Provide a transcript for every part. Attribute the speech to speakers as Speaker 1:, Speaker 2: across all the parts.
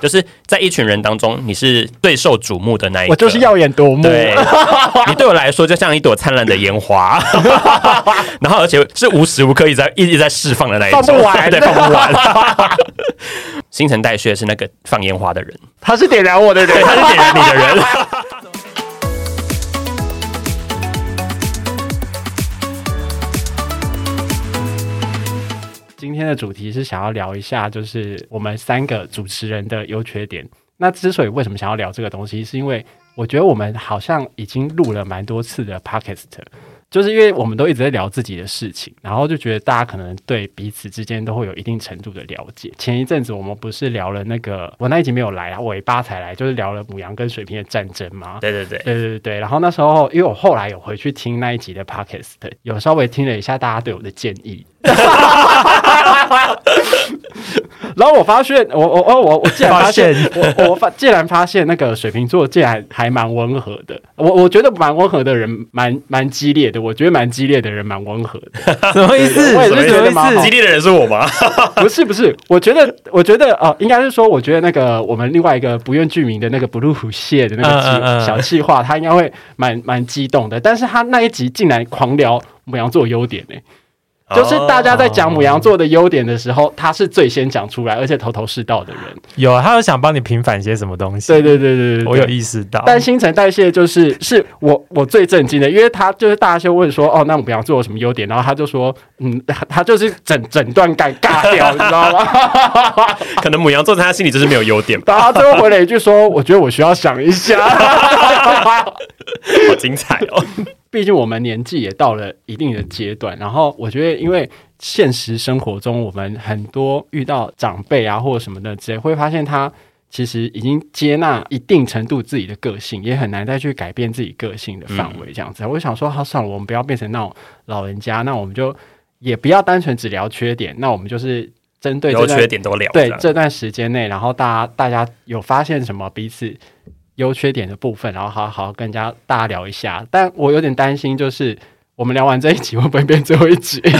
Speaker 1: 就是在一群人当中，你是最受瞩目的那一个。
Speaker 2: 我就是耀眼夺目，
Speaker 1: 对， 你对我来说就像一朵灿烂的烟花， 然后而且是无时无刻一直在一直在释放的那一种，
Speaker 2: 放不 完
Speaker 1: 对，放不完。 新陈代谢是那个放烟花的人，
Speaker 2: 他是点燃我的人
Speaker 1: 对，。他是点燃你的人。
Speaker 2: 今天的主题是想要聊一下，就是我们三个主持人的优缺点。那之所以为什么想要聊这个东西，是因为我觉得我们好像已经录了蛮多次的 podcast，就是因为我们都一直在聊自己的事情，然后就觉得大家可能对彼此之间都会有一定程度的了解。前一阵子我们不是聊了那个，我那一集没有来啊，尾巴才来，就是聊了母羊跟水瓶的战争吗？
Speaker 1: 对对对，
Speaker 2: 对对对，然后那时候因为我后来有回去听那一集的 podcast，有稍微听了一下大家对我的建议，然后我发现我我哦我我竟然发现我我发竟然发现那个水瓶座竟然还蛮温和的，我我觉得蛮温和的人蛮蛮激烈的，我觉得蛮激烈的人蛮温和的，
Speaker 3: 什么意思？
Speaker 2: 我也是
Speaker 3: 什么
Speaker 2: 觉得蛮
Speaker 3: 意
Speaker 2: 好
Speaker 3: 思
Speaker 1: 激？烈的人是我吗？
Speaker 2: 不是不是，我觉得我觉得呃，应该是说，我觉得那个我们另外一个不愿具名的那个 blue 蟹的那个
Speaker 3: 嗯嗯嗯
Speaker 2: 计小气话，他应该会蛮蛮激动的。但是他那一集竟然狂聊母羊座优点呢、
Speaker 3: 哦
Speaker 2: 就是大家
Speaker 1: 哦
Speaker 2: 在讲母羊座的优点的时候，他是最先讲出来，而且头头是道的人。
Speaker 3: 有，他有想帮你平反些什么东西？
Speaker 2: 对对对对对对，
Speaker 3: 我有意识到。
Speaker 2: 但新陈代谢就是是我我最震惊的，因为他就是大家就问说，哦，那母羊座有什么优点？然后他就说，嗯，他他就是整整段尬尬掉，你知道吗？
Speaker 1: 可能母羊座在他心里就是没有优点吧，
Speaker 2: 然后他最后回了一句说：“我觉得我需要想一下，
Speaker 1: 好精彩哦！
Speaker 2: 毕竟我们年纪也到了一定的阶段。”然后我觉得，因为现实生活中我们很多遇到长辈啊或者什么的之类，会发现他其实已经接纳一定程度自己的个性，也很难再去改变自己个性的范围。这样子，我想说，好，算了，我们不要变成那种老人家，那我们就也不要单纯只聊缺点，那我们就是针对
Speaker 1: 优
Speaker 2: 这段
Speaker 1: 缺点都聊，
Speaker 2: 对
Speaker 1: 这样
Speaker 2: 这段时间内，然后大家大家有发现什么彼此优缺点的部分，然后好好跟人家大家聊一下。但我有点担心，就是我们聊完这一集会不会变最后一集？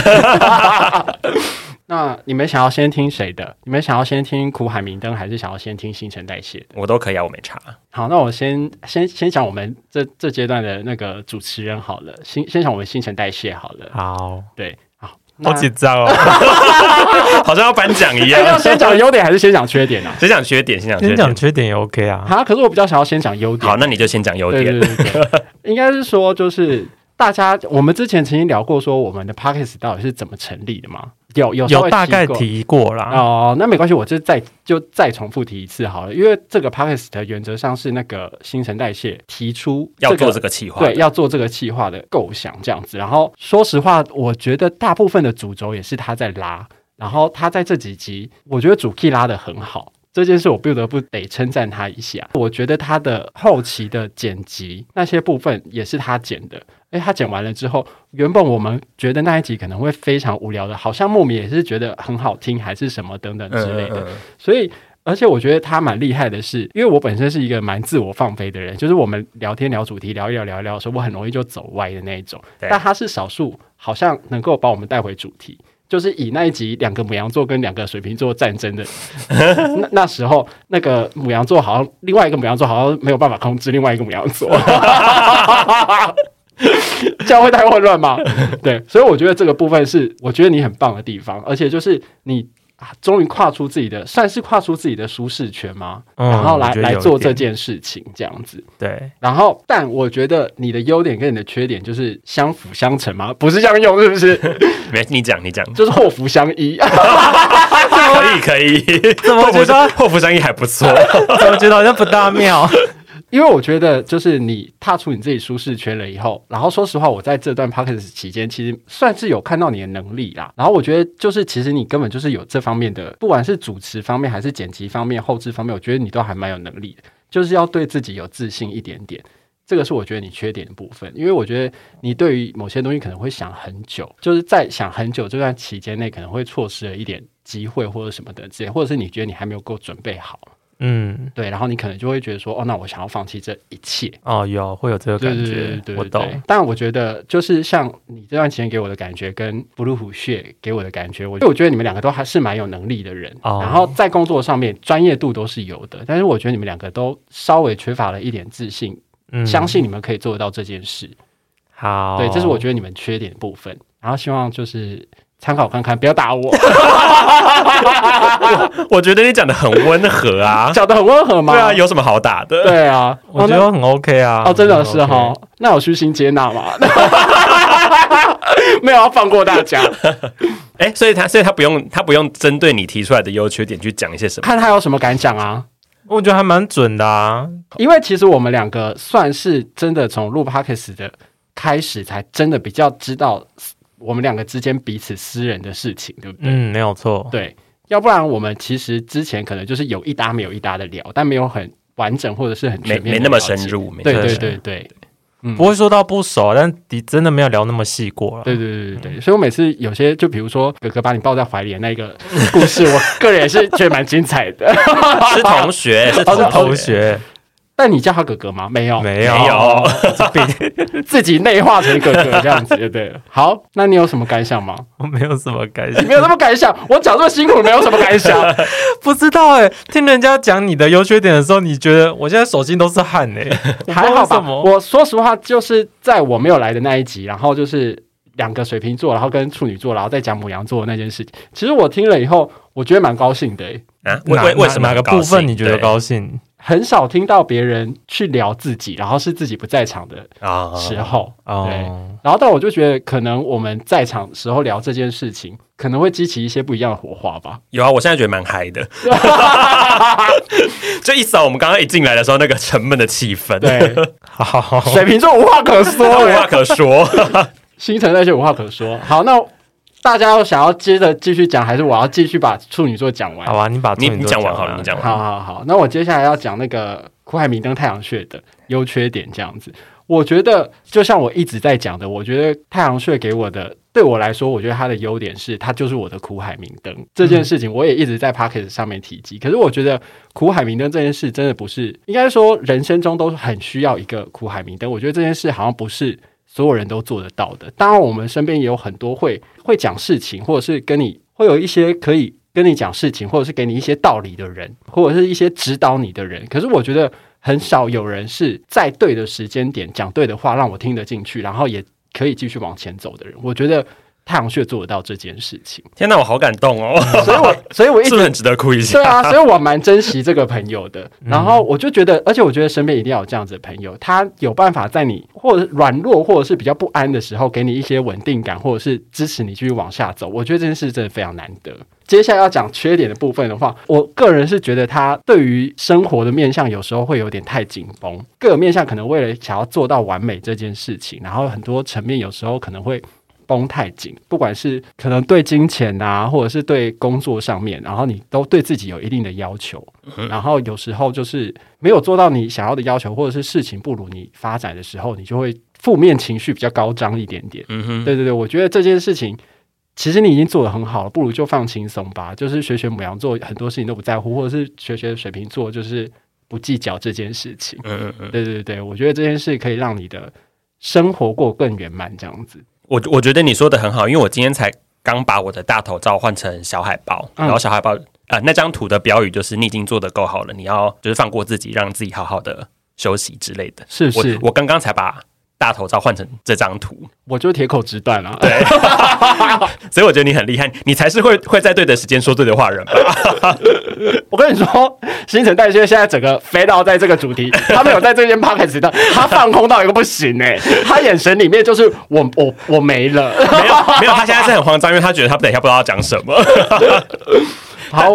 Speaker 2: 那你们想要先听谁的？你们想要先听苦海明灯，还是想要先听新陈代谢？
Speaker 1: 我都可以啊，我没差。
Speaker 2: 好，那我先先先讲我们这这阶段的那个主持人好了，先先讲我们新陈代谢好了。
Speaker 3: 好，
Speaker 2: 对，好，那
Speaker 3: 好紧 张哦。
Speaker 1: 好像要颁奖一
Speaker 2: 哎要
Speaker 1: 样。
Speaker 2: 先讲优点还是先讲缺点啊？
Speaker 1: 先讲缺点，先讲缺
Speaker 3: 先讲
Speaker 1: 点。
Speaker 3: 缺点也 OK 啊。
Speaker 2: 好，可是我比较想要先讲优点。
Speaker 1: 好，那你就先讲优
Speaker 2: 对
Speaker 1: 点。
Speaker 2: 对对对对， 应该是说就是大家，我们之前曾经聊过说我们的 p o c k e t 到底是怎么成立的吗？有有稍微
Speaker 3: 有大概
Speaker 2: 过。
Speaker 3: 提过啦，
Speaker 2: 哦，那没关系，我就再就再重复提一次好了，因为这个 podcast 的原则上是那个新陈代谢提出、这
Speaker 1: 要
Speaker 2: 个、
Speaker 1: 做这个企划，
Speaker 2: 对，要做这个企划的构想这样子。然后说实话，我觉得大部分的主轴也是他在拉，然后他在这几集，我觉得主 key 拉的很好。这件事我不得不得称赞他一下，我觉得他的后期的剪辑那些部分也是他剪的。诶，哎他剪完了之后，原本我们觉得那一集可能会非常无聊的，好像莫名也是觉得很好听，还是什么等等之类的。
Speaker 1: 嗯嗯嗯
Speaker 2: 所以，而且我觉得他蛮厉害的是，因为我本身是一个蛮自我放飞的人，就是我们聊天聊主题聊一聊聊一聊的时候，我很容易就走歪的那一种。
Speaker 1: 对
Speaker 2: 但他是少数，好像能够把我们带回主题，就是以那一集两个母羊座跟两个水瓶座战争的那那时候，那个母羊座好像另外一个母羊座好像没有办法控制另外一个母羊座。 这样会太混乱 吗？对，所以我觉得这个部分是我觉得你很棒的地方，而且就是你啊终于跨出自己的，算是跨出自己的舒适圈吗？
Speaker 3: 嗯
Speaker 2: 然后来
Speaker 3: 我觉得
Speaker 2: 来
Speaker 3: 有一
Speaker 2: 做这
Speaker 3: 点
Speaker 2: 件事情，这样子。
Speaker 3: 对，
Speaker 2: 然后，但我觉得你的优点跟你的缺点就是相辅相成吗？不是这样用，是不是？
Speaker 1: 没你讲，你讲，
Speaker 2: 就是祸福相依。
Speaker 1: 可以可以。
Speaker 3: 怎么
Speaker 1: 霍
Speaker 3: 觉
Speaker 1: 福
Speaker 3: 得
Speaker 1: 霍福相依还不错，
Speaker 3: 怎么觉得好像不大 妙？
Speaker 2: 因为我觉得，就是你踏出你自己舒适圈了以后，然后说实话，我在这段 p o c k e t 期间，其实算是有看到你的能力啦。然后我觉得，就是其实你根本就是有这方面的，不管是主持方面，还是剪辑方面、后置方面，我觉得你都还蛮有能力的。就是要对自己有自信一点点，这个是我觉得你缺点的部分。因为我觉得你对于某些东西可能会想很久，就是在想很久这段期间内，可能会错失了一点机会或者什么的之类，或者是你觉得你还没有够准备好。
Speaker 3: 嗯，
Speaker 2: 对，然后你可能就会觉得说，哦，那我想要放弃这一切。
Speaker 3: 哦，有会有这个
Speaker 2: 对
Speaker 3: 感
Speaker 2: 对对对
Speaker 3: 觉，
Speaker 2: 对，
Speaker 3: 我
Speaker 2: 对对
Speaker 3: 懂。
Speaker 2: 但我觉得，就是像你这段期间给我的感觉，跟布鲁虎穴给我的感觉，我就我觉得你们两个都还是蛮有能力的人，
Speaker 3: 哦
Speaker 2: 然后在工作上面专业度都是有的，但是我觉得你们两个都稍微缺乏了一点自信，
Speaker 3: 嗯
Speaker 2: 相信你们可以做得到这件事。
Speaker 3: 好，
Speaker 2: 对，这是我觉得你们缺点的部分。然后希望就是参考看看，不要打 我，
Speaker 1: 我觉得你讲的很温和啊，
Speaker 2: 讲的很温和吗？
Speaker 1: 对啊，有什么好打的？
Speaker 2: 对啊，
Speaker 3: 我觉
Speaker 2: 哦
Speaker 3: 得很 OK 啊。
Speaker 2: 那哦，真的是
Speaker 3: 很
Speaker 2: 哈
Speaker 3: OK，，
Speaker 2: 那有虚心接纳嘛？ 没有要放过大 家，
Speaker 1: 哎、所以他所以他不用他不用针对你提出来的优缺点去讲一些什么。
Speaker 2: 看他有什么感想啊。
Speaker 3: 我觉得还蛮准的啊。
Speaker 2: 因为其实我们两个算是真的从录 podcast 的开始，才真的比较知道我们两个之间彼此私人的事情，对不对？
Speaker 3: 嗯，没有错。
Speaker 2: 对，要不然我们其实之前可能就是有一搭没有一搭的聊，但没有很完整或者是很
Speaker 1: 没
Speaker 2: 全面
Speaker 1: 没
Speaker 2: 地
Speaker 1: 那么
Speaker 2: 了解
Speaker 1: 深。入，没
Speaker 2: 对
Speaker 1: 那么
Speaker 2: 对
Speaker 1: 深入
Speaker 2: 对对
Speaker 3: 不会说到不熟，啊但你真的没有聊那么细过了。
Speaker 2: 对对对对对，所以我每次有些就比如说哥哥把你抱在怀里的那个故事，我个人也是觉得蛮精彩 的。
Speaker 1: 是同学，是
Speaker 3: 是
Speaker 1: 同
Speaker 3: 同，
Speaker 2: 哦
Speaker 3: 学，
Speaker 2: 但你叫他哥哥吗？没有，
Speaker 3: 没
Speaker 1: 没
Speaker 3: 有，
Speaker 1: 有。
Speaker 2: 自己内化成哥哥这样子，对不 对了？好，那你有什么感想吗？
Speaker 3: 我没有什么感想
Speaker 2: 没。有什么感想，我讲这么辛苦，没有什么感 想。
Speaker 3: 不知道哎、听人家讲你的优缺点的时候，你觉得我现在手心都是汗 哎、我不知道
Speaker 2: 还好
Speaker 3: 为
Speaker 2: 吧
Speaker 3: 什，么
Speaker 2: 我说实话，就是在我没有来的那一集，然后就是两个水瓶座，然后跟处女座，然后再讲母羊座的那件事情。其实我听了以后，我觉得蛮高兴的欸、
Speaker 1: 啊，为
Speaker 3: 哪
Speaker 1: 为为什么
Speaker 3: 哪哪个
Speaker 1: 高兴
Speaker 3: 部分你觉得
Speaker 1: 对
Speaker 3: 高兴？
Speaker 2: 很少听到别人去聊自己，然后是自己不在场的
Speaker 1: 啊？
Speaker 2: 时候，对。
Speaker 3: 哦，
Speaker 2: 然后，但我就觉得，可能我们在场时候聊这件事情，可能会激起一些不一样的火花吧。
Speaker 1: 有啊，我现在觉得蛮嗨的。 就一扫我们刚刚一进来的时候那个沉闷的气氛，
Speaker 2: 对，
Speaker 3: 好，
Speaker 2: 水瓶座无话可说
Speaker 1: 无
Speaker 2: 欸，
Speaker 1: 话可说。
Speaker 2: 星辰那些无话可说。好，那大家要想要接着继续讲，还是我要继续把处女座讲完？
Speaker 3: 好吧，你把
Speaker 1: 你
Speaker 3: 重点
Speaker 1: 你
Speaker 3: 都
Speaker 1: 讲完
Speaker 3: 完
Speaker 1: 好了，你讲完。
Speaker 2: 好好好，那我接下来要讲那个苦海明灯太阳穴的优缺点，这样子。我觉得就像我一直在讲的，我觉得太阳穴给我的，对我来说，我觉得它的优点是它就是我的苦海明灯这件事情，我也一直在 p a c k e t 上面提及。可是我觉得苦海明灯这件事真的不是，应该说人生中都很需要一个苦海明灯。我觉得这件事好像不是所有人都做得到的。当然，我们身边也有很多会会讲事情，或者是跟你会有一些可以跟你讲事情，或者是给你一些道理的人，或者是一些指导你的人。可是我觉得很少有人是在对的时间点讲对的话，让我听得进去，然后也可以继续往前走的人。我觉得太阳穴做得到这件事情，
Speaker 1: 天哪，我好感动哦，
Speaker 2: 所以我所以我一
Speaker 1: 是
Speaker 2: 直
Speaker 1: 不是很值得哭一下
Speaker 2: 对？啊，所以我蛮珍惜这个朋友的。然后我就觉得，而且我觉得身边一定要有这样子的朋友，他有办法在你或者软弱或者是比较不安的时候，给你一些稳定感，或者是支持你继续往下走。我觉得这件事真的非常难得。接下来要讲缺点的部分的话，我个人是觉得他对于生活的面向有时候会有点太紧绷，各个面向可能为了想要做到完美这件事情，然后很多层面有时候可能会绷太紧，不管是可能对金钱啊，或者是对工作上面，然后你都对自己有一定的要求，
Speaker 1: 嗯
Speaker 2: 然后有时候就是没有做到你想要的要求，或者是事情不如你发展的时候，你就会负面情绪比较高涨一点点。
Speaker 1: 嗯哼，
Speaker 2: 对对对，我觉得这件事情。其实你已经做得很好了，不如就放轻松吧。就是学学母羊座，很多事情都不在乎，或者是学学水瓶座，就是不计较这件事情。
Speaker 1: 嗯嗯嗯，
Speaker 2: 对对对，我觉得这件事可以让你的生活过更圆满，这样子。
Speaker 1: 我我觉得你说的很好，因为我今天才刚把我的大头照换成小海报，
Speaker 2: 嗯
Speaker 1: 然后小海报呃那张图的标语就是“你已经做得够好了，你要就是放过自己，让自己好好的休息之类的”
Speaker 2: 是不是？
Speaker 1: 我我刚刚才把大头照换成这张图，
Speaker 2: 我就铁口直断啊了。
Speaker 1: 所以我觉得你很厉害，你才是会会在对的时间说对的话的 人吧？
Speaker 2: 我跟你说，新陈代谢现在整个飞到在这 个主题，他没有在这间 p o c k e t 的，他放空到一个不行 哎、他眼神里面就是我我我没了。
Speaker 1: 没有没有，他现在是很慌张，因为他觉得他等一下不知道要讲什么。
Speaker 2: 好，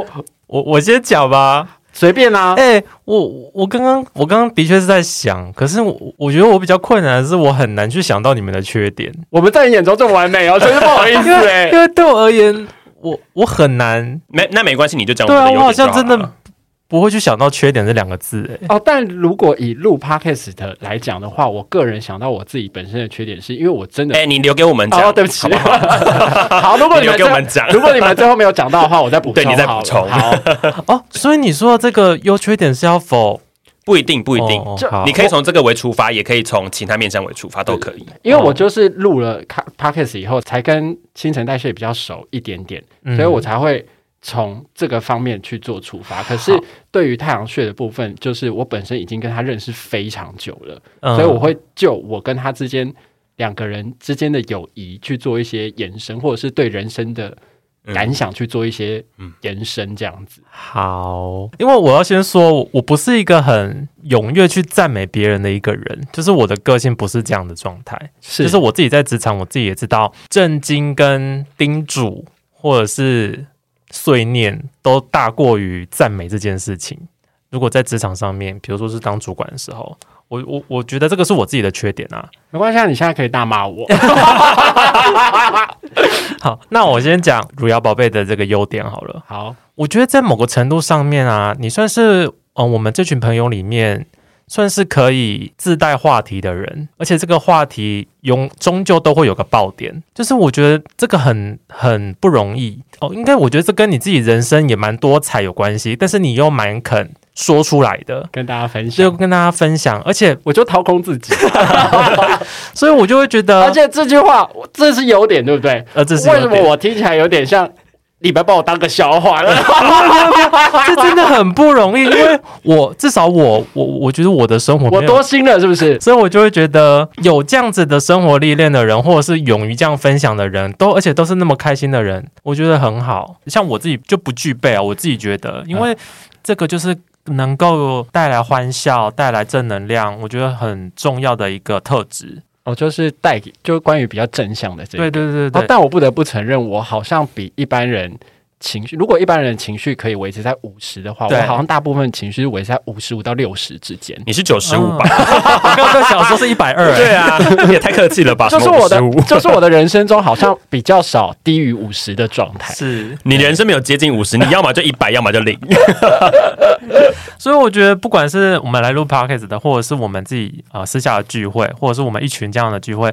Speaker 3: 我我先讲吧。
Speaker 2: 随便
Speaker 1: 啊
Speaker 2: 啊啦、
Speaker 3: 哎、我我刚刚我刚刚的确是在想，可是我我觉得我比较困难的是，我很难去想到你们的缺点，
Speaker 2: 我们在你眼中这么完美哦，真是不好意思
Speaker 3: 因
Speaker 2: 哎、
Speaker 3: 为因为对我而言，我我很难
Speaker 1: 没那没关系，你就讲我
Speaker 3: 对
Speaker 1: 们
Speaker 3: 啊，
Speaker 1: 的
Speaker 3: 我
Speaker 1: 优
Speaker 3: 好
Speaker 1: 点就
Speaker 3: 像
Speaker 1: 好
Speaker 3: 真
Speaker 1: 了。
Speaker 3: 的不会去想到缺点这两个字、哎，
Speaker 2: 哦，但如果以录 podcast 的来讲的话，我个人想到我自己本身的缺点，是因为我真的
Speaker 1: 哎、你留给我们讲、
Speaker 2: 哦，对不起，
Speaker 1: 好不好
Speaker 2: 好， 如果你
Speaker 1: 你留
Speaker 2: 们
Speaker 1: 给我
Speaker 2: 最
Speaker 1: 们讲
Speaker 2: 如果你们最后没有讲到的话，我再补充
Speaker 1: 对
Speaker 2: 好了。
Speaker 1: 你再补充
Speaker 2: 好，
Speaker 1: 啊
Speaker 3: 哦，所以你说的这个优缺点是要否
Speaker 1: 不一定，不一定。
Speaker 3: 哦
Speaker 2: 就
Speaker 3: 好
Speaker 1: 你可以从这个为出发，也可以从其他面向为出发，都可以。
Speaker 2: 因
Speaker 3: 哦
Speaker 2: 为我就是录了 ca- podcast 以后，才跟新陈代谢比较熟一点点，
Speaker 3: 嗯
Speaker 2: 所以我才会从这个方面去做处罚。可是对于太阳穴的部分，就是我本身已经跟他认识非常久了，
Speaker 3: 嗯
Speaker 2: 所以我会就我跟他之间两个人之间的友谊去做一些延伸，或者是对人生的感想去做一些
Speaker 3: 嗯
Speaker 2: 延伸，这样子。
Speaker 3: 好，因为我要先说，我我不是一个很踊跃去赞美别人的一个人，就是我的个性不是这样的状态。
Speaker 2: 是
Speaker 3: 就是我自己在职场，我自己也知道，震惊跟叮嘱或者是碎念都大过于赞美这件事情。如果在职场上面，比如说是当主管的时候，我我我觉得这个是我自己的缺点啊。
Speaker 2: 没关系，啊，你现在可以大骂 我。
Speaker 3: 好，那我先讲汝瑶宝贝的这个优点好了。
Speaker 2: 好，
Speaker 3: 我觉得在某个程度上面啊，你算是嗯、呃我们这群朋友里面算是可以自带话题的人，而且这个话题永终究都会有个爆点，就是我觉得这个很很不容易哦。应该我觉得这跟你自己人生也蛮多彩有关系，但是你又蛮肯说出来的。
Speaker 2: 跟大家分
Speaker 3: 就
Speaker 2: 享。
Speaker 3: 跟大家分享，而且
Speaker 2: 我就掏空自 己，
Speaker 3: 所以我就会觉得，
Speaker 2: 而且这句话我这是有点对不对？
Speaker 3: 呃，这是
Speaker 2: 为
Speaker 3: 有
Speaker 2: 什么
Speaker 3: 点
Speaker 2: 我听起来有点像你们把我当个笑 话了？
Speaker 3: 这真的很不容易，因为我至少我我我觉得我的生活
Speaker 2: 我
Speaker 3: 没有
Speaker 2: 多心了是不是？
Speaker 3: 所以我就会觉得有这样子的生活历练的人，或者是勇于这样分享的人，都而且都是那么开心的人，我觉得很好。嗯像我自己就不具备啊，我自己觉得，因为这个就是能够带来欢笑、带来正能量，我觉得很重要的一个特质。
Speaker 2: 我哦就是带给，就是关于比较正向的这
Speaker 3: 对
Speaker 2: 个。
Speaker 3: 对对对
Speaker 2: 哦，但我不得不承认，我好像比一般人情绪，如果一般人情绪可以维持在五十的话，我
Speaker 3: 对
Speaker 2: 好像大部分情绪维持在五十五到六十之间。
Speaker 1: 你是九十五吧？
Speaker 3: 吧？我刚刚想说是一百二，
Speaker 1: 哦
Speaker 3: 哎
Speaker 1: 对啊，你 也太客气了吧？
Speaker 2: 就是我的
Speaker 1: 什么55，
Speaker 2: 就是我的人生中好像比较少低于五十的状态。
Speaker 3: 是。
Speaker 1: 你人生没有接近五十，你要么就一百，要么就零。
Speaker 3: 所以我觉得，不管是我们来录 podcast 的，或者是我们自己呃私下的聚会，或者是我们一群这样的聚会，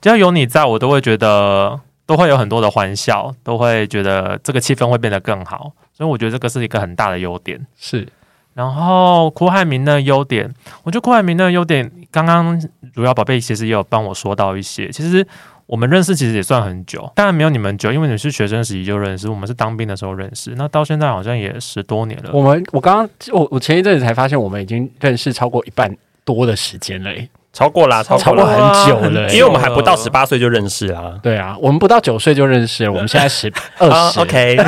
Speaker 3: 只要有你在，我都会觉得都会有很多的欢笑，都会觉得这个气氛会变得更好。所以我觉得这个是一个很大的优点。
Speaker 2: 是，
Speaker 3: 然后郭汉明的优点，我觉得郭汉明的优点，刚刚如瑶宝贝其实也有帮我说到一些。其实我们认识其实也算很久，当然没有你们久，因为你们是学生时期就认识，我们是当兵的时候认识，那到现在好像也十多年了。
Speaker 2: 我们我刚刚我我前一阵子才发现，我们已经认识超过一半多的时间了耶。
Speaker 1: 超过啦，超
Speaker 2: 超
Speaker 1: 过
Speaker 2: 过
Speaker 1: 啦，
Speaker 2: 很久了
Speaker 1: 因为我们还不 到十。八岁就认识啊。
Speaker 2: 对啊，我们不到九岁就认识了，我们现在十二
Speaker 1: 啊
Speaker 2: 十。
Speaker 1: ，OK，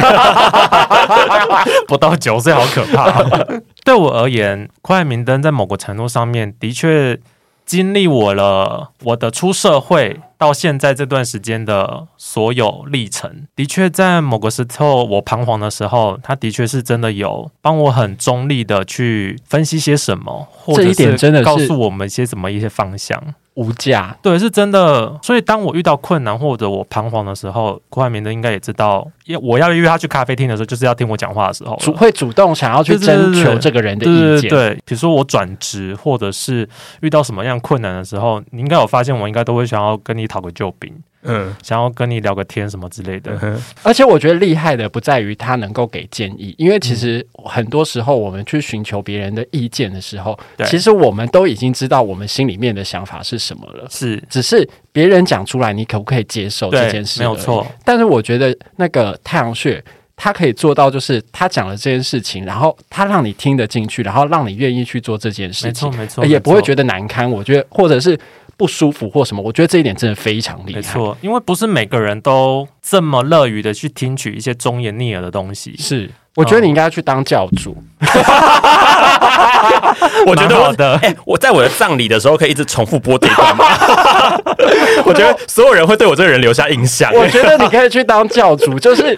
Speaker 3: 不到九岁，好可怕、 对我而言，快明灯在某个程度上面的确经历我了我的出社会到现在这段时间的所有历程。的确，在某个时候我彷徨的时候，他的确是真的有帮我很中立的去分析些什么，或
Speaker 2: 这
Speaker 3: 者
Speaker 2: 一点真的是
Speaker 3: 告诉我们一些什么一些方向。
Speaker 2: 无价。
Speaker 3: 对，是真的。所以当我遇到困难或者我彷徨的时候，郭汉明灯应该也知道，要我要约他去咖啡厅的时候，就是要听我讲话的时候了。
Speaker 2: 主会主动想要去
Speaker 3: 对对
Speaker 2: 征
Speaker 3: 对
Speaker 2: 求这个人的
Speaker 3: 对
Speaker 2: 意
Speaker 3: 对
Speaker 2: 见，
Speaker 3: 对，比如说我转职，或者是遇到什么样困难的时候，你应该有发现，我应该都会想要跟你讨个救兵，
Speaker 1: 嗯，
Speaker 3: 想要跟你聊个天什么之类
Speaker 2: 嗯
Speaker 3: 的。
Speaker 2: 而且我觉得厉害的不在于他能够给建议，因
Speaker 3: 嗯
Speaker 2: 为其实很多时候我们去寻求别人的意见的时候，
Speaker 3: 对
Speaker 2: 其实我们都已经知道我们心里面的想法是什么了，
Speaker 3: 是，
Speaker 2: 只是别人讲出来，你可不可以接受这
Speaker 3: 对
Speaker 2: 件，事？
Speaker 3: 没有。错，
Speaker 2: 但是我觉得那个太阳穴，它可以做到，就是他讲了这件事情，然后他让你听得进去，然后让你愿意去做这件事
Speaker 3: 没
Speaker 2: 情
Speaker 3: 错，，没错，
Speaker 2: 呃也不会
Speaker 3: 得。
Speaker 2: 觉得难堪。我觉得或者是不舒服或什么，我觉得这一点真的非常厉害。
Speaker 3: 没错，因为不是每个人都这么乐于的去听取一些忠言逆耳的东西。
Speaker 2: 是，我觉得你应该去当教 主。
Speaker 1: 我觉得
Speaker 3: 蛮
Speaker 1: 我
Speaker 3: 好的
Speaker 1: 哎，我在我的葬礼的时候可以一直重复播这一段 吗？我觉得所有人会对我这个人留下印象。
Speaker 2: 我觉得你可以去当教主，就是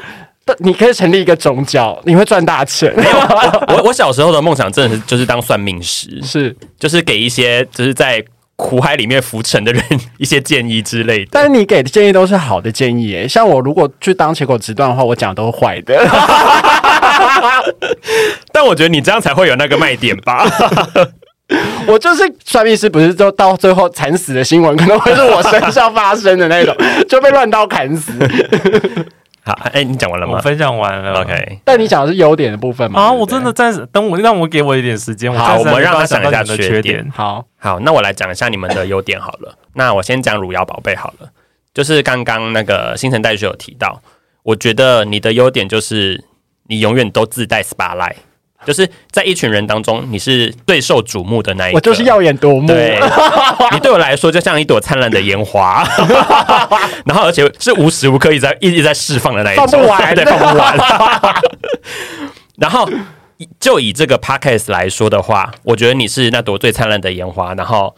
Speaker 2: 你可以成立一个宗教，你会赚大钱。
Speaker 1: 我我小时候的梦想真的是就是当算命师，
Speaker 2: 是，
Speaker 1: 就是给一些就是在苦海里面浮沉的人一些建议之类的。
Speaker 2: 但是你给的建议都是好的建议耶。像我如果去当结果直断的话，我讲的都是坏的。
Speaker 1: 但我觉得你这样才会有那个卖点吧？
Speaker 2: 我就是算命师，不是就到最后惨死的新闻，可能会是我身上发生的那种，就被乱刀砍死。
Speaker 1: 好，哎、你讲完了
Speaker 3: 我
Speaker 1: 吗
Speaker 3: 分享完了
Speaker 1: ？OK，
Speaker 2: 但你讲的是优点的部分嘛？
Speaker 3: 啊！
Speaker 2: 对不
Speaker 3: 我
Speaker 2: 对
Speaker 3: 真的暂时等我，让我给我一点时间。
Speaker 1: 好
Speaker 3: 暂时
Speaker 1: 我们让
Speaker 3: 还没
Speaker 1: 他想
Speaker 3: 想到
Speaker 1: 一下
Speaker 3: 你的
Speaker 1: 缺
Speaker 3: 缺
Speaker 1: 点
Speaker 3: 点。
Speaker 2: 好，
Speaker 1: 好，那我来讲一下你们的优点好了。那我先讲汝窑宝贝好了，就是刚刚那个新陈代谢有提到，我觉得你的优点就是你永远都自带 spotlight，就是在一群人当中你是最受瞩目的那一个。
Speaker 2: 我就是耀眼夺目。
Speaker 1: 对，你对我来说就像一朵灿烂的烟花， 然后而且是无时无刻一直在一直在释放的那一种，
Speaker 2: 放不 完
Speaker 1: 对，放不完。然后以就以这个 podcast 来说的话，我觉得你是那朵最灿烂的烟花，然后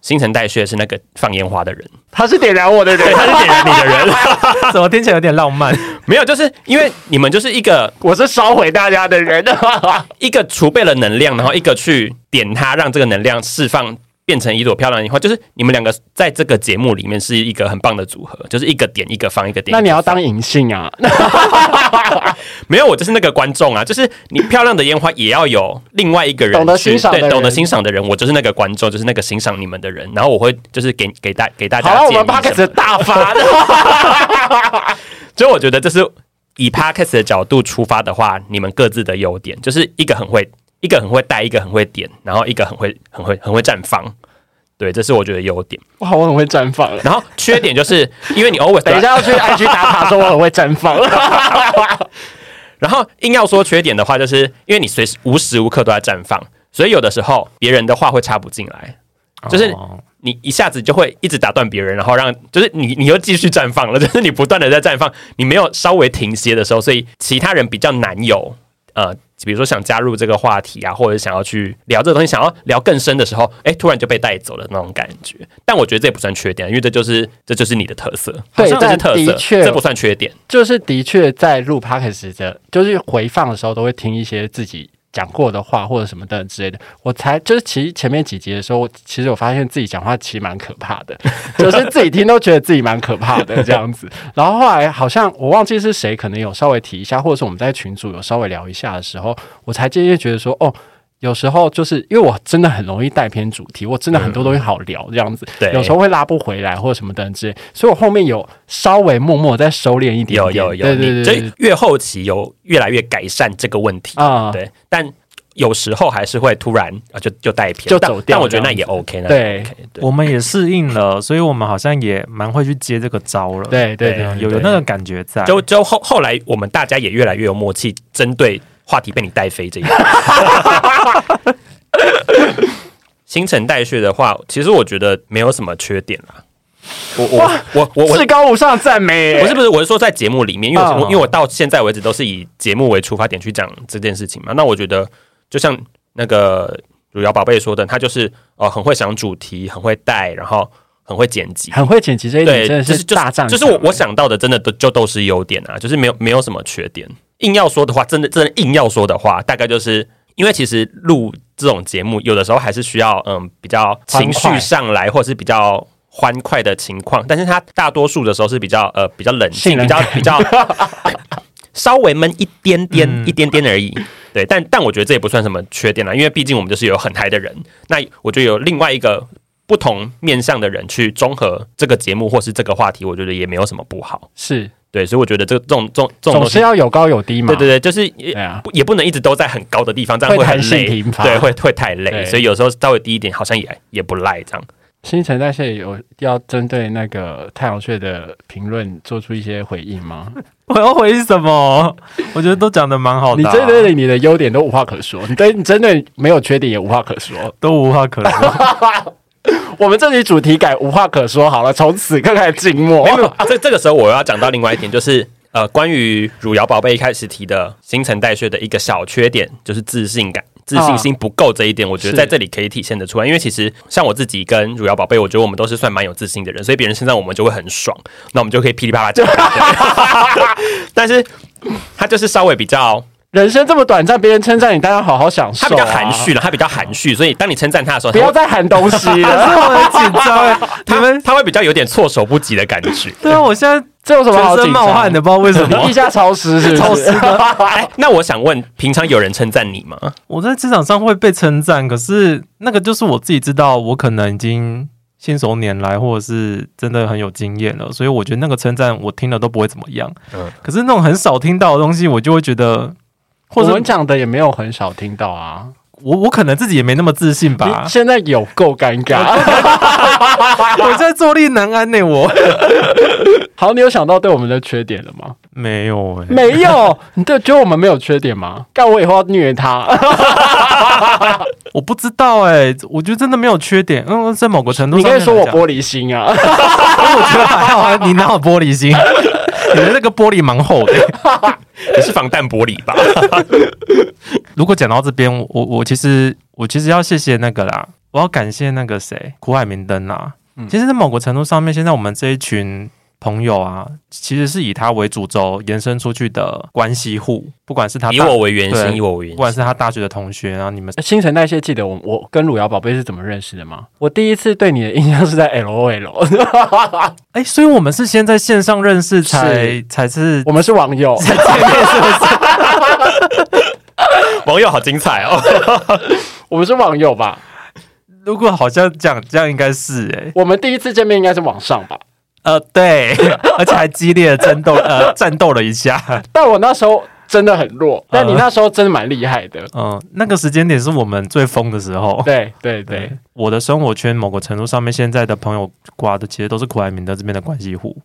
Speaker 1: 新陈代谢是那个放烟花的人，
Speaker 2: 他是点燃我的人
Speaker 1: 对，，他是点燃你的人，
Speaker 3: 怎么听起来有点 浪漫？
Speaker 1: 没有，就是因为你们就是一个
Speaker 2: 我是烧毁大家的人。
Speaker 1: 一个储备了能量，然后一个去点它，让这个能量释放。变成一朵漂亮的樱花，就是你们两个在这个节目里面是一个很棒的组合，就是一个点一个放一个点。
Speaker 2: 那你要当银杏啊？
Speaker 1: 没有我就是那个观众啊，就是你漂亮的烟花也要有另外一个人
Speaker 2: 懂得
Speaker 1: 去
Speaker 2: 欣赏的
Speaker 1: 对，懂得
Speaker 2: 人
Speaker 1: 欣赏的人，我就是那个观众，就是那个欣赏你们的人。然后我会就是给给大给大
Speaker 2: 好
Speaker 1: 家
Speaker 2: 了，
Speaker 1: 建
Speaker 2: 我
Speaker 1: 议什
Speaker 2: 们
Speaker 1: 么的，
Speaker 2: 八 a 始大发的，
Speaker 1: 啊所以我觉得这是以 podcast 的角度出发的话，你们各自的优点就是一个很会，一个很会带，一个很会点，然后一个很会很会很会绽放。对，这是我觉得优点。
Speaker 2: 哇，我很会绽放了。
Speaker 1: 然后缺点就是 因为你 always
Speaker 2: 等一下要去 IG 打卡，说我很会绽 放。
Speaker 1: 然后硬要说缺点的话，就是因为你随时无时无刻都在绽放，所以有的时候别人的话会插不进来， 就是
Speaker 3: 哦
Speaker 1: 你一下子就会一直打断别人，然后让就是你你又继续绽放了， 就是你不断的在绽放，你没有稍微停歇的时候，所以其他人比较难有呃，比如说想加入这个话题啊，或者想要去聊这个东西，想要聊更深的时候，哎，突然就被带走了那种感觉。但我觉得这也不算缺点，因为这就是这就是你的特色，
Speaker 2: 对
Speaker 1: 这是
Speaker 2: 但
Speaker 1: 特
Speaker 2: 的
Speaker 1: 色，
Speaker 2: 确
Speaker 1: 这不算缺点。
Speaker 2: 就是的确在录 podcast 的，就是回放的时候都会听一些自己讲过的话或者什么等等之类的。我才就是其实前面几集的时候，我其实我发现自己讲话其实蛮可怕的，就是自己听都觉得自己蛮可怕的这样子。然后后来好像我忘记是谁，可能有稍微提一下，或者是我们在群组有稍微聊一下的时候，我才渐渐觉得说哦。有时候就是因为我真的很容易带偏主题，我真的很多东西好聊这样子，
Speaker 1: 对
Speaker 2: 有时候会拉不回来或者什么等等之类，所以我后面有稍微默默再收敛一点。
Speaker 1: 有有有，
Speaker 2: 对
Speaker 1: 你
Speaker 2: 对对对
Speaker 1: 这越后期有越来越改善这个问题，
Speaker 2: 啊，
Speaker 1: 对，但。有时候还是会突然啊，就就带偏，
Speaker 2: 就
Speaker 1: 但
Speaker 2: 走掉
Speaker 1: 但我觉得那
Speaker 2: 这样
Speaker 1: 也 OK，那也
Speaker 2: 对
Speaker 1: OK，对
Speaker 3: 我们也适应了，所以我们好像也蛮会去接这个招了。
Speaker 2: 对对
Speaker 1: 对
Speaker 2: 对，
Speaker 3: 有有那个感觉在。
Speaker 1: 就就后后来我们大家也越来越有默契，针对话题被你带飞这一点。 新陈代谢的话，其实我觉得没有什么缺点啦。我我我我我
Speaker 2: 至高无上的赞美耶，
Speaker 1: 不是不是，我是说在节目里面，因为我、
Speaker 2: 哦
Speaker 1: 因为我到现在为止都是以节目为出发点去讲这件事情嘛。那我觉得就像那个汝瑶宝贝说的，他就是呃很会想主题，很会带，然后很会剪辑，
Speaker 2: 很会剪辑这一点，
Speaker 1: 对，
Speaker 2: 真的
Speaker 1: 就是
Speaker 2: 大欸赞赏。
Speaker 1: 就是我我想到的，真的都就都是优点啊，就是没有没有什么缺点。硬要说的话，真的真的硬要说的话，大概就是因为其实录这种节目，有的时候还是需要嗯比较情
Speaker 2: 欢
Speaker 1: 绪
Speaker 2: 快啊
Speaker 1: 上来，或是比较。欢快的情况，但是它大多数的时候是比较呃比较冷静，
Speaker 2: 信
Speaker 1: 比
Speaker 2: 任
Speaker 1: 较
Speaker 2: 感
Speaker 1: 比较稍微闷一点点、
Speaker 3: 嗯
Speaker 1: 一点点而已。对，但但我觉得这也不算什么缺点啦，因为毕竟我们就是有很嗨的人，那我觉得有另外一个不同面向的人去综合这个节目或是这个话题，我觉得也没有什么不好。
Speaker 2: 是
Speaker 1: 对，所以我觉得这个这种这种这种
Speaker 2: 总
Speaker 1: 东
Speaker 2: 是
Speaker 1: 西，
Speaker 2: 要有高有低嘛，
Speaker 1: 对对对，就是也、
Speaker 2: 对啊，
Speaker 1: 不也不能一直都在很高的地方，这样
Speaker 2: 会
Speaker 1: 很
Speaker 2: 弹性
Speaker 1: 累
Speaker 2: 疲，乏
Speaker 1: 对，会会太累，
Speaker 2: 对
Speaker 1: 所以有时候稍微低一点好像也也不赖这样。
Speaker 2: 新陈代谢有要针对那个太阳穴的评论做出一些回应吗？
Speaker 3: 我要回什么？我觉得都讲的蛮好
Speaker 2: 你
Speaker 3: 的啊、
Speaker 2: 针对你的优点都无话可说，你对你针对没有缺点也无话可 说。
Speaker 3: 都无话可说。
Speaker 2: 我们这里主题改无话可说好了，从此刻开始静默
Speaker 1: 没。有没有，啊这这个时候我要讲到另外一点，就是呃，关于汝瑶宝贝一开始提的新陈代谢的一个小缺点，就是自信感、自信心不够这一点，我觉得
Speaker 2: 是
Speaker 1: 在这里可以体现得出来。因为其实像我自己跟汝瑶宝贝，我觉得我们都是算蛮有自信的人，所以别人称赞我们就会很爽， 那我们就可以噼里啪啦讲。但是他就是稍微比较。
Speaker 2: 人生这么短暂，别人称赞你，当然好好享
Speaker 1: 他
Speaker 2: 受、啊。
Speaker 1: 比较含蓄，了，他比较含蓄，所以当你称赞他的时候，
Speaker 2: 不
Speaker 1: 他
Speaker 2: 要
Speaker 1: 会
Speaker 2: 再喊东西 了。
Speaker 3: 我很紧张哎，你
Speaker 1: 他
Speaker 3: 们
Speaker 1: 他会比较有点措手不及的感觉。
Speaker 3: 对啊，我现 在
Speaker 2: 这有什么好
Speaker 3: 全
Speaker 2: 紧
Speaker 3: 身冒汗的，
Speaker 2: 张？
Speaker 3: 不知道为什
Speaker 2: 你
Speaker 3: 么
Speaker 2: 地。下潮湿是不是？
Speaker 3: 潮湿
Speaker 1: 哎，那我想问，平常有人称赞你吗？
Speaker 3: 我在职场上会被称赞，可是那个就是我自己知道，我可能已经信手拈来，或者是真的很有经验了，所以我觉得那个称赞我听了都不会怎么样。
Speaker 1: 嗯
Speaker 3: 可是那种很少听到的东西，我就会觉得，或
Speaker 2: 我
Speaker 3: 者
Speaker 2: 们讲的也没有很少听到啊。
Speaker 3: 我我可能自己也没那么自信吧
Speaker 2: 你，现在有够尴 尬。
Speaker 3: 我在坐立难安呢、 我
Speaker 2: 好，你有想到对我们的缺点了吗？
Speaker 3: 没有哎、
Speaker 2: 没有，你对觉得我们没有缺点吗？干我以后要虐 他。
Speaker 3: 我不知道哎、我觉得真的没有缺点，嗯，在某个程度
Speaker 2: 你
Speaker 3: 上
Speaker 2: 可
Speaker 3: 面
Speaker 2: 以说我
Speaker 3: 来讲
Speaker 2: 玻璃心 啊，
Speaker 3: 我觉得还好啊， 你哪有玻璃心？你的那个玻璃蛮厚的。
Speaker 1: 你是防弹玻璃吧？
Speaker 3: 如果讲到这边，我我我其实我其实要谢谢那个啦，我要感谢那个谁，苦海明灯啦。其实，在某个程度上面，现在我们这一群朋友啊，其实是以他为主轴延伸出去的关系户，不管是他
Speaker 1: 以
Speaker 3: 大
Speaker 1: 我为圆心，
Speaker 3: 对
Speaker 1: 以我为圆心
Speaker 3: 不管。是他大学的同学，然后你们
Speaker 2: 新陈代谢记得我我跟汝瑶宝贝是怎么认识的吗？我第一次对你的印象是在 L O L，
Speaker 3: 哎、所以我们是先在线上认识才
Speaker 2: 是
Speaker 3: 才是
Speaker 2: 我们是网 友，
Speaker 3: 才见面，是不是？
Speaker 1: 网友好精彩哦！
Speaker 2: 我们是网友吧？
Speaker 3: 如果好像讲这样，应该是哎、
Speaker 2: 我们第一次见面应该是网上吧？
Speaker 3: 呃，对， 而且还激烈的争斗，呃，战斗了一下。
Speaker 2: 但我那时候真的很弱，但你那时候真的蛮厉害 的。
Speaker 3: 嗯、那个时间点是我们最疯的时候。
Speaker 2: 对对对，，
Speaker 3: 我的生活圈某个程度上面，现在的朋友挂的其实都是苦海明德这边的关系户。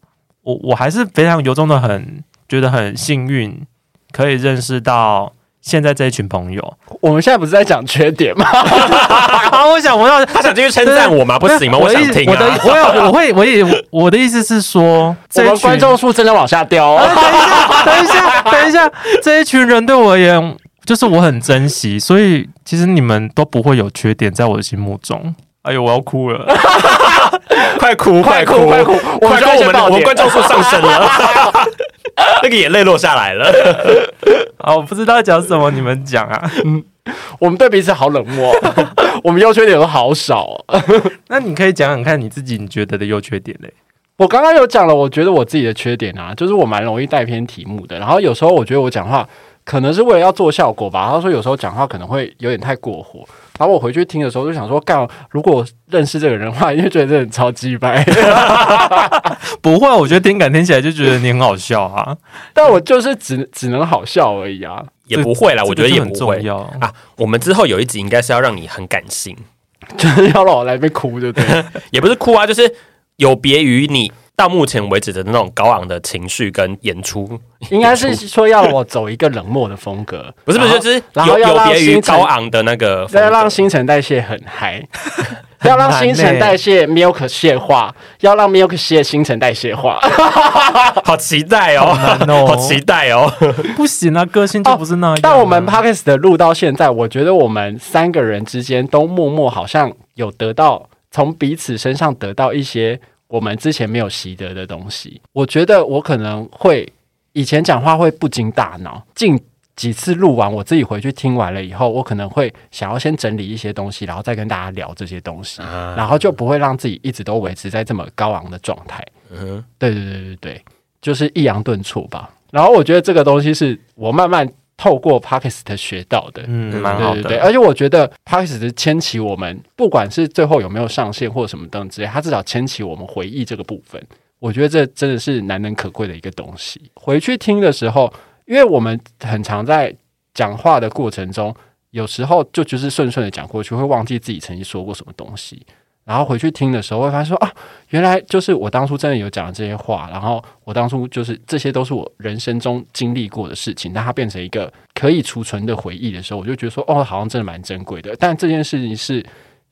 Speaker 3: 我我还是非常由衷的很觉得很幸运，可以认识到现在这一群朋友。
Speaker 2: 我们现在不是在讲缺点 吗？
Speaker 3: 啊， 我想我 要
Speaker 1: 他想继续称赞我吗？不行吗？
Speaker 3: 我
Speaker 1: 我
Speaker 3: 的
Speaker 1: 想
Speaker 3: 意
Speaker 1: 听
Speaker 3: 我的
Speaker 1: 啊！
Speaker 3: 我 有我会我也我的意思是说，
Speaker 2: 我
Speaker 3: 这一
Speaker 2: 们
Speaker 3: 群
Speaker 2: 观众数真的往下掉哦。
Speaker 3: 等一 下，等一下，这一群人对我而言，就是我很珍惜，所以其实你们都不会有缺点，在我的心目中。哎呦，我要哭了！
Speaker 1: 快哭，
Speaker 2: 快
Speaker 1: 哭，
Speaker 2: 哭
Speaker 1: 快
Speaker 2: 快哭我
Speaker 1: 快
Speaker 2: 们需
Speaker 1: 哭！
Speaker 2: 要
Speaker 1: 我
Speaker 2: 一些
Speaker 1: 们
Speaker 2: 爆
Speaker 1: 的我们
Speaker 2: 点
Speaker 1: 观众数上升了，那个眼泪落下来了。
Speaker 3: 啊，我不知道讲什么，你们讲啊。
Speaker 2: 我们对彼此好冷漠， 我们优缺点都好少哦。
Speaker 3: 那你可以讲讲看你自己你觉得的优缺点嘞。
Speaker 2: 我刚刚有讲了，我觉得我自己的缺点啊，就是我蛮容易带偏题目的。然后有时候我觉得我讲话可能是为了要做效果吧。他说有时候讲话可能会有点太过火。然后我回去听的时候就想说，干，如果认识这个人的话，因为觉得这个人超鸡掰。
Speaker 3: 不会，啊我觉得听感听起来就觉得你很好笑 啊。
Speaker 2: 但我就是只只能好笑而已啊，
Speaker 1: 也不会啦，我觉得
Speaker 3: 这个
Speaker 1: 也
Speaker 3: 就很
Speaker 1: 不
Speaker 3: 重
Speaker 1: 会
Speaker 3: 要。
Speaker 1: 啊。我们之后有一集应该是要让你很感性，
Speaker 2: 就是要让我来被哭，对不对？
Speaker 1: 也不是哭啊，就是有别于你到目前为止的那种高昂的情绪跟演出，
Speaker 2: 应该是说要我走一个冷漠的风 格，
Speaker 1: 不是不是，就是
Speaker 2: 然后
Speaker 1: 有
Speaker 2: 要
Speaker 1: 有
Speaker 2: 让
Speaker 1: 别于
Speaker 2: 新陈
Speaker 1: 高昂的那个风
Speaker 2: 要
Speaker 1: 格
Speaker 2: 让新陈代谢很 嗨，要让新
Speaker 3: 很难
Speaker 2: 陈
Speaker 3: 欸
Speaker 2: 代谢 milk 蟹化，要让 milk 蟹新陈代谢化。
Speaker 1: 好期待哦，
Speaker 3: 好难哦
Speaker 1: 好期待哦。
Speaker 3: 不行啊，个性就不是那样、
Speaker 2: 哦但我们 podcast 的录到现在，我觉得我们三个人之间都默默好像有得到从彼此身上得到一些我们之前没有习得的东西。我觉得我可能会以前讲话会不经大脑，近几次录完我自己回去听完了以后，我可能会想要先整理一些东西，然后再跟大家聊这些东西，然后就不会让自己一直都维持在这么高昂的状态。
Speaker 1: 嗯
Speaker 2: 对对对对对，就是抑扬顿挫吧。然后我觉得这个东西是我慢慢透过 Podcast 学到的，
Speaker 3: 嗯
Speaker 1: 嗯
Speaker 3: 蛮
Speaker 2: 对
Speaker 3: 好
Speaker 2: 对
Speaker 3: 的。
Speaker 2: 对。而且我觉得 Podcast 牵起我们，不管是最后有没有上线或什么等之类，它至少牵起我们回忆这个部分。我觉得这真的是难能可贵的一个东西。回去听的时候，因为我们很常在讲话的过程中，有时候就就是顺顺的讲过去，会忘记自己曾经说过什么东西。然后回去听的时候，会发现说啊，原来就是我当初真的有讲这些话，然后我当初就是这些都是我人生中经历过的事情，但它变成一个可以储存的回忆的时候，我就觉得说，哦，好像真的蛮珍贵的。但这件事情是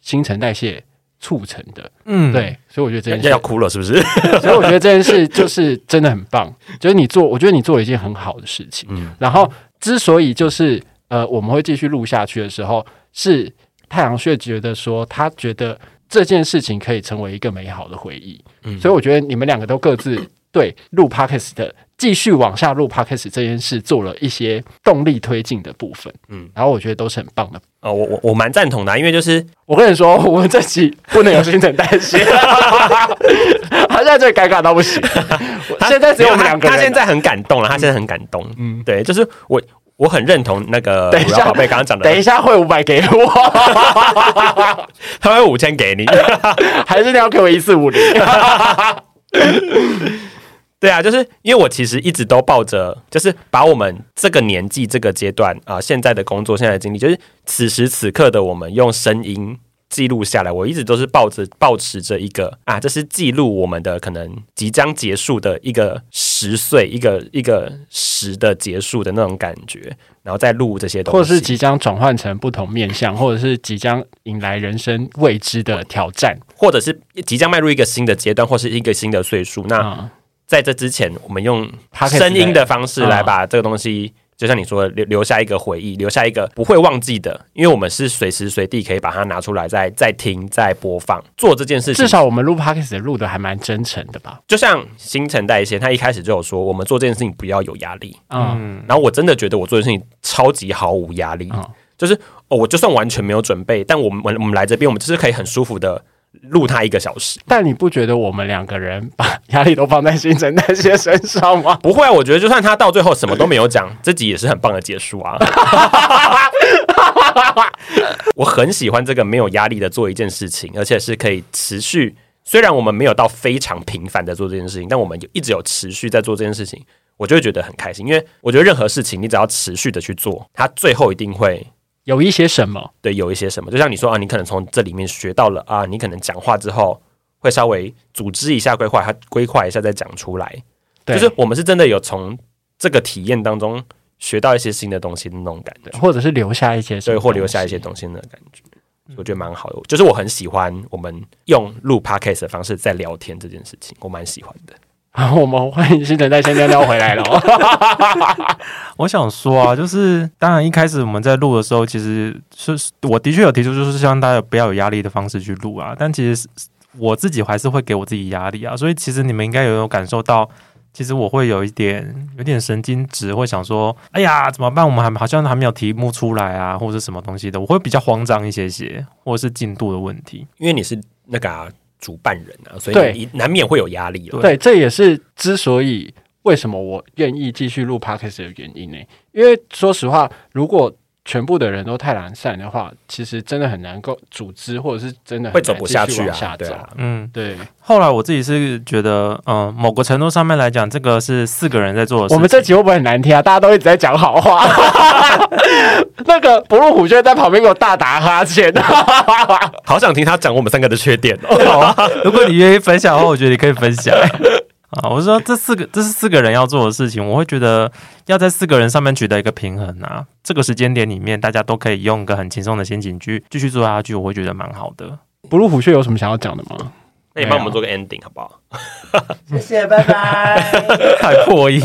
Speaker 2: 新陈代谢促成的，
Speaker 3: 嗯，
Speaker 2: 对，所以我觉得这件
Speaker 1: 要要
Speaker 2: 事，
Speaker 1: 哭了是不是？
Speaker 2: 所以我觉得这件事就是真的很棒，就是你做，我觉得你做了一件很好的事情。
Speaker 1: 嗯，
Speaker 2: 然后之所以就是呃，我们会继续录下去的时候，是太阳穴觉得说他觉得这件事情可以成为一个美好的回忆，
Speaker 1: 嗯
Speaker 2: 所以我觉得你们两个都各自对录 podcast 的继续往下录 podcast 这件事做了一些动力推进的部分，
Speaker 1: 嗯
Speaker 2: 嗯，然后我觉得都是很棒的。
Speaker 1: 哦，我我我蛮赞同的啊、因为就是
Speaker 2: 我跟你说，我们这期不能有新陈代谢， 他现在最尴尬到不行，我现在只有我们两个人
Speaker 1: 他
Speaker 2: 啊了。
Speaker 1: 现在很感动了，他现在很感动。嗯，对，就是我我很认同那个
Speaker 2: 等一
Speaker 1: 五
Speaker 2: 下
Speaker 1: 幺宝贝刚刚讲的，
Speaker 2: 等一下汇五百给我，
Speaker 1: 他会五千给你。
Speaker 2: 还是你要给我一四五零？
Speaker 1: 对啊，就是因为我其实一直都抱着，就是把我们这个年纪、这个阶段啊、现在的工作、现在的经历，就是此时此刻的我们用声音记录下来。我一直都是抱着、抱持着一个啊，这是记录我们的可能即将结束的一个十岁、一个一个十的结束的那种感觉，然后再录这些东西，
Speaker 2: 或者是即将转换成不同面向，或者是即将迎来人生未知的挑战
Speaker 1: 或者是即将迈入一个新的阶段，或是一个新的岁数。那
Speaker 2: 啊、
Speaker 1: 在这之前，我们用
Speaker 2: Podcast
Speaker 1: 声音的方式
Speaker 2: 来
Speaker 1: 来把这个东西，就像你说的，留留下一个回忆，留下一个不会忘记的，因为我们是随时随地可以把它拿出来再再听、再播放。做这件事情
Speaker 2: 至，少我们录 podcast 录的还蛮真诚的吧？
Speaker 1: 就像新陈代谢，他一开始就有说，我们做这件事情不要有压力。
Speaker 2: 嗯，
Speaker 3: 嗯，
Speaker 1: 然后我真的觉得我做的事情超级毫无压力，
Speaker 2: 嗯
Speaker 1: 就是哦，我就算完全没有准备，但我们我们我们来这边，我们就是可以很舒服的录它一个小时。
Speaker 2: 但你不觉得我们两个人把压力都放在新陈代谢身 上吗？
Speaker 1: 不会啊，我觉得就算他到最后什么都没有讲，这集也是很棒的结束啊。 我很喜欢这个没有压力的做一件事情，而且是可以持续。虽然我们没有到非常频繁的做这件事情，但我们有一直有持续在做这件事情，我就会觉得很开心。因为我觉得任何事情，你只要持续的去做，它最后一定会
Speaker 2: 有一些什么？
Speaker 1: 对有一些什么。就像你说啊，你可能从这里面学到了啊，你可能讲话之后会稍微组织一下规划，它规划一下再讲出来。
Speaker 2: 对，
Speaker 1: 就是我们是真的有从这个体验当中学到一些新的东西的那种感觉，
Speaker 2: 或者是留下一些什
Speaker 1: 所以
Speaker 2: 么，
Speaker 1: 或留下一些。东西的感觉，我觉得蛮好的。就是我很喜欢我们用录 podcast 的方式在聊天这件事情，我蛮喜欢的。
Speaker 2: 啊， 我们欢迎新陈代谢尿尿回来了哦。
Speaker 3: 我想说啊，就是当然一开始我们在录的时候，其实是我的确有提出，就是希望大家不要有压力的方式去录啊。但其实是我自己还是会给我自己压力啊，所以其实你们应该有有感受到，其实我会有一点有点神经质，会想说，哎呀怎么办？我们还好像还没有题目出来啊，或者是什么东西的，我会比较慌张一些些，或者是进度的问题。
Speaker 1: 因为你是那个啊、主办人啊，所
Speaker 2: 对
Speaker 1: 以你难免会有压力啊了。
Speaker 2: 对，这也是之所以为什么我愿意继续录 podcast 的原因呢、因为说实话，如果全部的人都太懒散的话，其实真的很难够组织，或者是真的很
Speaker 1: 会走
Speaker 2: 难
Speaker 1: 不
Speaker 2: 继
Speaker 1: 下
Speaker 2: 续
Speaker 1: 去
Speaker 2: 往
Speaker 1: 啊
Speaker 2: 下
Speaker 1: 对
Speaker 2: 走
Speaker 1: 啊
Speaker 3: 嗯，
Speaker 2: 对，
Speaker 3: 后来我自己是觉得，嗯、某个程度上面来讲，这个是四个人在做的事情。
Speaker 2: 我们这集会不会很难听啊？大家都一直在讲好话， 那个不入虎穴在旁边给我大打哈欠，啊
Speaker 1: 好想听他讲我们三个的缺点哦。
Speaker 3: 好啊，如果你愿意分享的话，我觉得你可以分享。 啊，我是说这四个，这是四个人要做的事情，我会觉得要在四个人上面取得一个平衡啊。这个时间点里面，大家都可以用一个很轻松的心情去继续做下去，我会觉得蛮好的。
Speaker 2: 不入虎穴有什么想要讲的吗？
Speaker 1: 那你帮我们做个 ending 好不好？
Speaker 4: 谢谢，拜拜。
Speaker 3: 太破音，